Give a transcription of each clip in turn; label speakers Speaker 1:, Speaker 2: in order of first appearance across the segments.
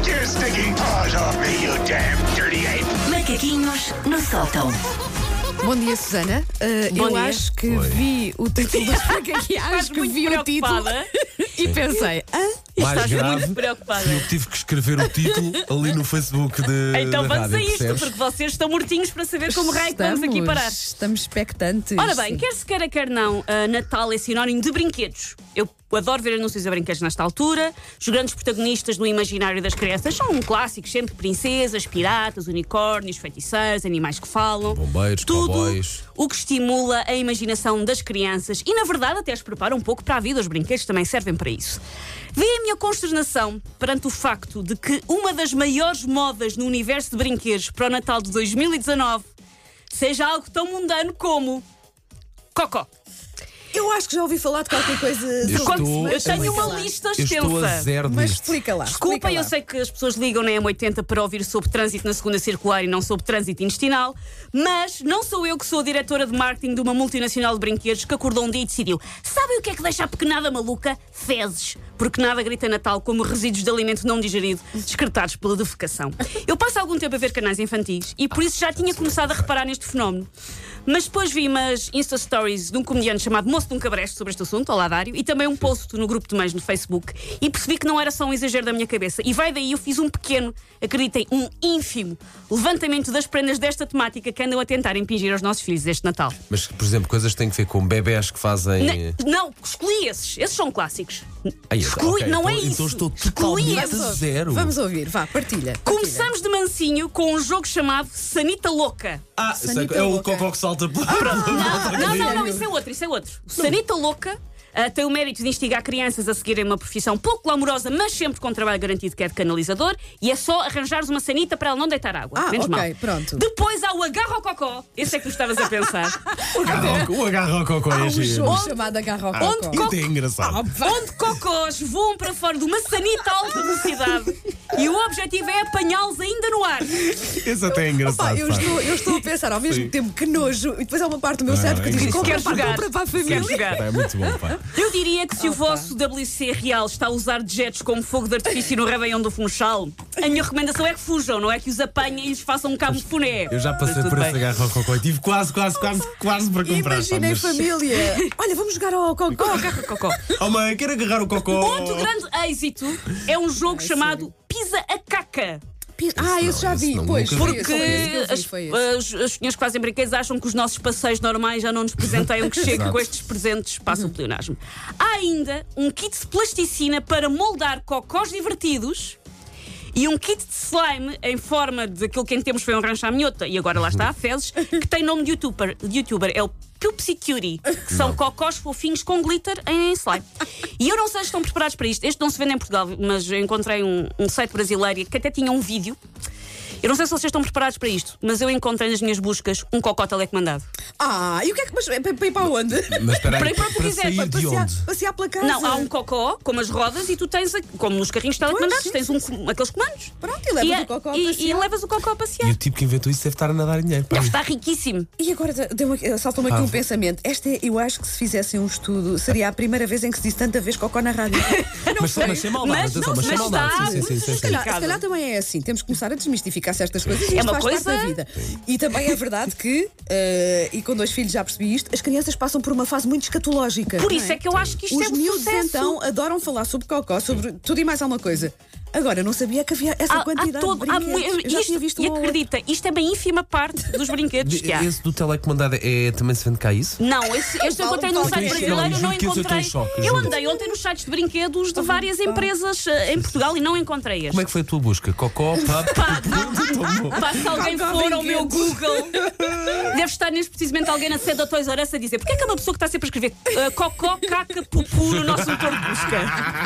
Speaker 1: taking paws off me, you damn dirty ape!
Speaker 2: Macaquinhos no sótão.
Speaker 3: Bom dia, Susana. Uh,
Speaker 4: Bom
Speaker 3: eu
Speaker 4: dia.
Speaker 3: acho que vi o título dos macaquinhos, acho que
Speaker 4: muito
Speaker 3: vi o título
Speaker 4: preocupada.
Speaker 3: e pensei, ah,
Speaker 5: Mais
Speaker 4: Estás
Speaker 5: grave,
Speaker 4: muito preocupada.
Speaker 5: eu tive que escrever o título ali no Facebook de.
Speaker 4: Então
Speaker 5: da
Speaker 4: vamos
Speaker 5: Eh, rádio,
Speaker 4: a isto,
Speaker 5: percebes?
Speaker 4: porque vocês estão mortinhos para saber como raio que vamos aqui parar.
Speaker 3: Estamos expectantes.
Speaker 4: Ora bem, quer se queira, quer não, ah, Natal é sinónimo de brinquedos. Eu adoro ver anúncios a brinquedos nesta altura. Os grandes protagonistas do imaginário das crianças são um clássico, sempre princesas, piratas, unicórnios, feiticeiros, animais que falam.
Speaker 5: Bombeiros,
Speaker 4: Tudo
Speaker 5: cowboys.
Speaker 4: o que estimula a imaginação das crianças e, na verdade, até as prepara um pouco para a vida. Os brinquedos também servem para isso. Vê a minha consternação perante o facto de que uma das maiores modas no universo de brinquedos para o Natal de 2019 seja algo tão mundano como. Cocó.
Speaker 3: eu acho que já ouvi falar de qualquer coisa
Speaker 5: Eu
Speaker 3: sobre
Speaker 5: estou
Speaker 3: isso, mas
Speaker 4: eu tenho
Speaker 3: explica
Speaker 4: uma
Speaker 3: lá.
Speaker 4: lista
Speaker 5: Eu estou a
Speaker 4: extensa.
Speaker 5: zero
Speaker 3: Mas
Speaker 5: nisto.
Speaker 3: explica lá.
Speaker 4: Desculpa,
Speaker 3: explica
Speaker 4: eu
Speaker 3: lá.
Speaker 4: sei que as pessoas ligam na M80 para ouvir sobre trânsito na segunda circular e não sobre trânsito intestinal, mas não sou eu que sou a diretora de marketing de uma multinacional de brinquedos que acordou um dia e decidiu: sabem o que é que deixa a pequenada maluca? Fezes. Porque nada grita Natal como resíduos de alimento não digerido descartados pela defecação. Eu passo algum tempo a ver canais infantis e por isso já tinha começado a reparar neste fenómeno. Mas depois vi umas Insta Stories de um comediante chamado Moço de um Cabresto sobre este assunto, olá Dário, e também um post no grupo de mães no Facebook e percebi que não era só um exagero da minha cabeça. E vai daí eu fiz um pequeno, acreditem, um ínfimo levantamento das prendas desta temática que andam a tentar impingir aos nossos filhos este Natal.
Speaker 5: Mas, por exemplo, coisas que têm que ver com bebés que fazem. eh,
Speaker 4: Não, não, escolhi esses. Esses são clássicos.
Speaker 5: Aí,
Speaker 4: Exclui,
Speaker 5: ok,
Speaker 4: não é
Speaker 5: então-
Speaker 4: isso.
Speaker 5: então estou
Speaker 4: Exclui
Speaker 5: totalmente
Speaker 4: esses.
Speaker 5: zero.
Speaker 3: Vamos ouvir, vá, partilha. partilha.
Speaker 4: Começamos de mansinho com um jogo chamado Sanita Louca.
Speaker 5: Ah, sei,
Speaker 3: Sanita
Speaker 5: é o
Speaker 3: louca.
Speaker 5: cocó que salta pela.
Speaker 4: Não, não, não, isso é outro, isso é outro. O Sanita Louca ah, tem o mérito de instigar crianças a seguirem uma profissão pouco glamourosa, mas sempre com trabalho garantido, que é de canalizador, e é só arranjares uma sanita para ela não deitar água.
Speaker 3: Ah,
Speaker 4: Menos
Speaker 3: ok,
Speaker 4: mal.
Speaker 3: pronto.
Speaker 4: Depois há o agarro ao cocó. Esse é que tu estavas a pensar.
Speaker 5: O agarro ao cocó é
Speaker 3: Um
Speaker 5: giro.
Speaker 3: jogo chamado Agarra ao
Speaker 4: Onde
Speaker 3: Cocó.
Speaker 4: co-
Speaker 5: Muito é
Speaker 4: Ah,
Speaker 5: engraçado.
Speaker 4: onde cocós voam para fora de uma sanita a alta velocidade. E o objetivo é apanhá-los ainda no ar.
Speaker 5: Esse até é
Speaker 3: Pá,
Speaker 5: engraçado.
Speaker 3: eu,
Speaker 5: pá.
Speaker 3: estou, eu estou a pensar ao mesmo
Speaker 5: Sim.
Speaker 3: tempo que nojo, e depois há uma parte do meu
Speaker 5: Não,
Speaker 3: cérebro que
Speaker 5: é
Speaker 3: diz:
Speaker 5: engraçado.
Speaker 3: compra
Speaker 4: Quer
Speaker 3: para,
Speaker 4: jogar.
Speaker 3: compra para a
Speaker 4: Quer
Speaker 3: família.
Speaker 4: jogar.
Speaker 5: É muito bom, pá.
Speaker 4: Eu diria que se o vosso WC real está a usar dejetos como fogo de artifício no Réveillon do Funchal, a minha recomendação é que fujam, não é que os apanhem e lhes façam um cabo de funé.
Speaker 5: Eu já passei por esse agarro ao cocó e tive quase, quase, quase, quase para comprar. pá,
Speaker 3: Imaginem
Speaker 5: mas-
Speaker 3: família. Olha, vamos jogar ao Cocó.
Speaker 4: Cocó.
Speaker 5: Oh mãe, quero agarrar o cocó.
Speaker 4: Outro grande êxito é um jogo chamado Pisa a Caca.
Speaker 3: Ah, esse já vi.
Speaker 5: esse não,
Speaker 3: pois,
Speaker 5: nunca
Speaker 3: foi
Speaker 5: vi.
Speaker 3: esse,
Speaker 4: Que
Speaker 3: foi esse que eu vi,
Speaker 4: as,
Speaker 3: foi esse.
Speaker 4: as, as senhoras que fazem brinquedos acham que os nossos passeios normais já não nos presenteiam, que chega com estes presentes passa o pleonasmo. Há ainda um kit de plasticina para moldar cocós divertidos e um kit de slime em forma de aquilo que em tempos foi um rancho à minhota e agora lá está a
Speaker 3: Uhum.
Speaker 4: fezes, que tem nome de youtuber, de youtuber é o Pupsicuri, que são cocós fofinhos com glitter em slime. E eu não sei se estão preparados para isto. Este não se vende em Portugal, mas eu encontrei um, um site brasileiro que até tinha um vídeo. Eu não sei se vocês estão preparados para isto, mas eu encontrei nas minhas buscas um cocó telecomandado.
Speaker 3: Ah, e o que é que. Mas, para, para ir para onde?
Speaker 5: Mas espera
Speaker 4: Para
Speaker 5: aí,
Speaker 4: ir para o
Speaker 5: para
Speaker 4: Turismo,
Speaker 5: sair
Speaker 4: para
Speaker 5: de
Speaker 3: Passear,
Speaker 5: onde?
Speaker 3: passear pela casa.
Speaker 4: Não, há um cocó, como as rodas, e tu tens, a- como nos carrinhos telecomandados,
Speaker 3: sim,
Speaker 4: tens um com- aqueles comandos.
Speaker 3: Pronto, e levas
Speaker 4: a-
Speaker 3: o cocó a
Speaker 4: e-
Speaker 3: passear.
Speaker 4: e levas o cocó a passear.
Speaker 5: E o tipo que inventou isso deve estar a nadar em dinheiro. pá.
Speaker 4: Deve estar riquíssimo.
Speaker 3: E agora deu- saltou-me
Speaker 5: Ah,
Speaker 3: aqui um pensamento. Esta, é- eu acho que se fizessem um estudo, seria a primeira vez em que se disse tanta vez cocó na rádio. Não
Speaker 5: Mas,
Speaker 3: sei.
Speaker 5: mas sem maldade,
Speaker 4: Mas
Speaker 5: atenção,
Speaker 4: não,
Speaker 5: mas sem
Speaker 4: mas
Speaker 5: maldade.
Speaker 4: está
Speaker 5: Sim, sim, sim, sim,
Speaker 3: Se
Speaker 5: sim.
Speaker 3: calhar, se calhar também é assim, temos que começar a desmistificar certas coisas e
Speaker 4: É
Speaker 3: isto
Speaker 4: uma
Speaker 3: faz parte
Speaker 4: coisa-
Speaker 3: da vida. E também é verdade que, eh, e com dois filhos já percebi isto, as crianças passam por uma fase muito escatológica.
Speaker 4: Por
Speaker 3: não
Speaker 4: isso é que eu acho que isto
Speaker 3: Os
Speaker 4: é um
Speaker 3: miúdos
Speaker 4: sucesso.
Speaker 3: então adoram falar sobre cocó, sobre tudo e mais alguma coisa. Agora, eu não sabia que havia essa
Speaker 4: Há- há
Speaker 3: quantidade
Speaker 4: todo-
Speaker 3: de
Speaker 4: há
Speaker 3: brinquedos.
Speaker 4: mu-
Speaker 3: eu já
Speaker 4: isto-
Speaker 3: tinha visto
Speaker 4: E
Speaker 3: um ao outro.
Speaker 4: acredita, isto é bem ínfima parte dos brinquedos que há.
Speaker 5: Esse do telecomandado é, também se vende cá isso?
Speaker 4: Não, esse, este eu
Speaker 3: Vale, um
Speaker 4: encontrei num
Speaker 3: vale.
Speaker 4: site
Speaker 3: Juro que
Speaker 4: brasileiro,
Speaker 5: não,
Speaker 4: eu não
Speaker 5: juro que esse eu estou em
Speaker 4: encontrei.
Speaker 5: choque,
Speaker 4: Eu
Speaker 5: juro.
Speaker 4: andei ontem nos sites de brinquedos
Speaker 3: Uhum.
Speaker 4: de várias
Speaker 3: Tá.
Speaker 4: empresas eh, em Portugal e não encontrei
Speaker 5: Como é
Speaker 4: este.
Speaker 5: que foi a tua busca? Cocó, pá,
Speaker 4: Pá, pá, se alguém
Speaker 3: Cocó
Speaker 4: for ao meu
Speaker 3: brinquedos.
Speaker 4: Google, deve estar neste precisamente alguém na sede da Toys R Us a dizer porque é que é uma pessoa que está sempre a escrever eh, cocó, caca, pupu no nosso motor de busca?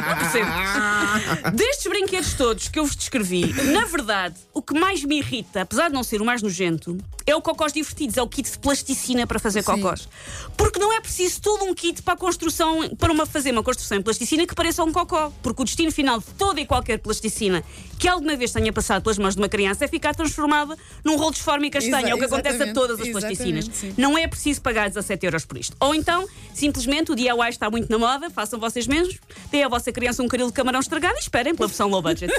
Speaker 4: Não percebo. Destes brinquedos todos que eu vos descrevi, na verdade, o que mais me irrita, apesar de não ser o mais nojento, é o cocós divertidos, é o kit de plasticina para fazer
Speaker 3: Sim.
Speaker 4: cocós. Porque não é preciso todo um kit para a construção, para uma, fazer uma construção em plasticina que pareça um cocó. Porque o destino final de toda e qualquer plasticina que alguma vez tenha passado pelas mãos de uma criança é ficar transformada num rolo de forma e castanha.
Speaker 3: Exa-
Speaker 4: é o que acontece a
Speaker 3: exatamente,
Speaker 4: todas as
Speaker 3: exatamente,
Speaker 4: plasticinas.
Speaker 3: sim.
Speaker 4: Não é preciso pagar 17 euros por isto. Ou então, simplesmente, o DIY está muito na moda, façam vocês mesmos, deem à vossa criança um caril de camarão estragado e esperem pela versão low budget.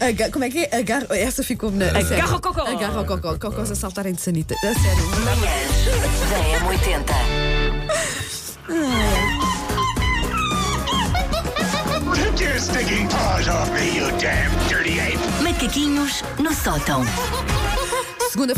Speaker 3: Aga- Como é que é? Agarro. Essa ficou-me na. a sério.
Speaker 4: Agarra o cocó.
Speaker 3: Agarra o cocó. Cocós a saltarem de sanita. A sério.
Speaker 2: Manhãs da M80.
Speaker 1: Take your stinking paws off me, you damn dirty ape!
Speaker 2: Macaquinhos no sótão.
Speaker 3: Segunda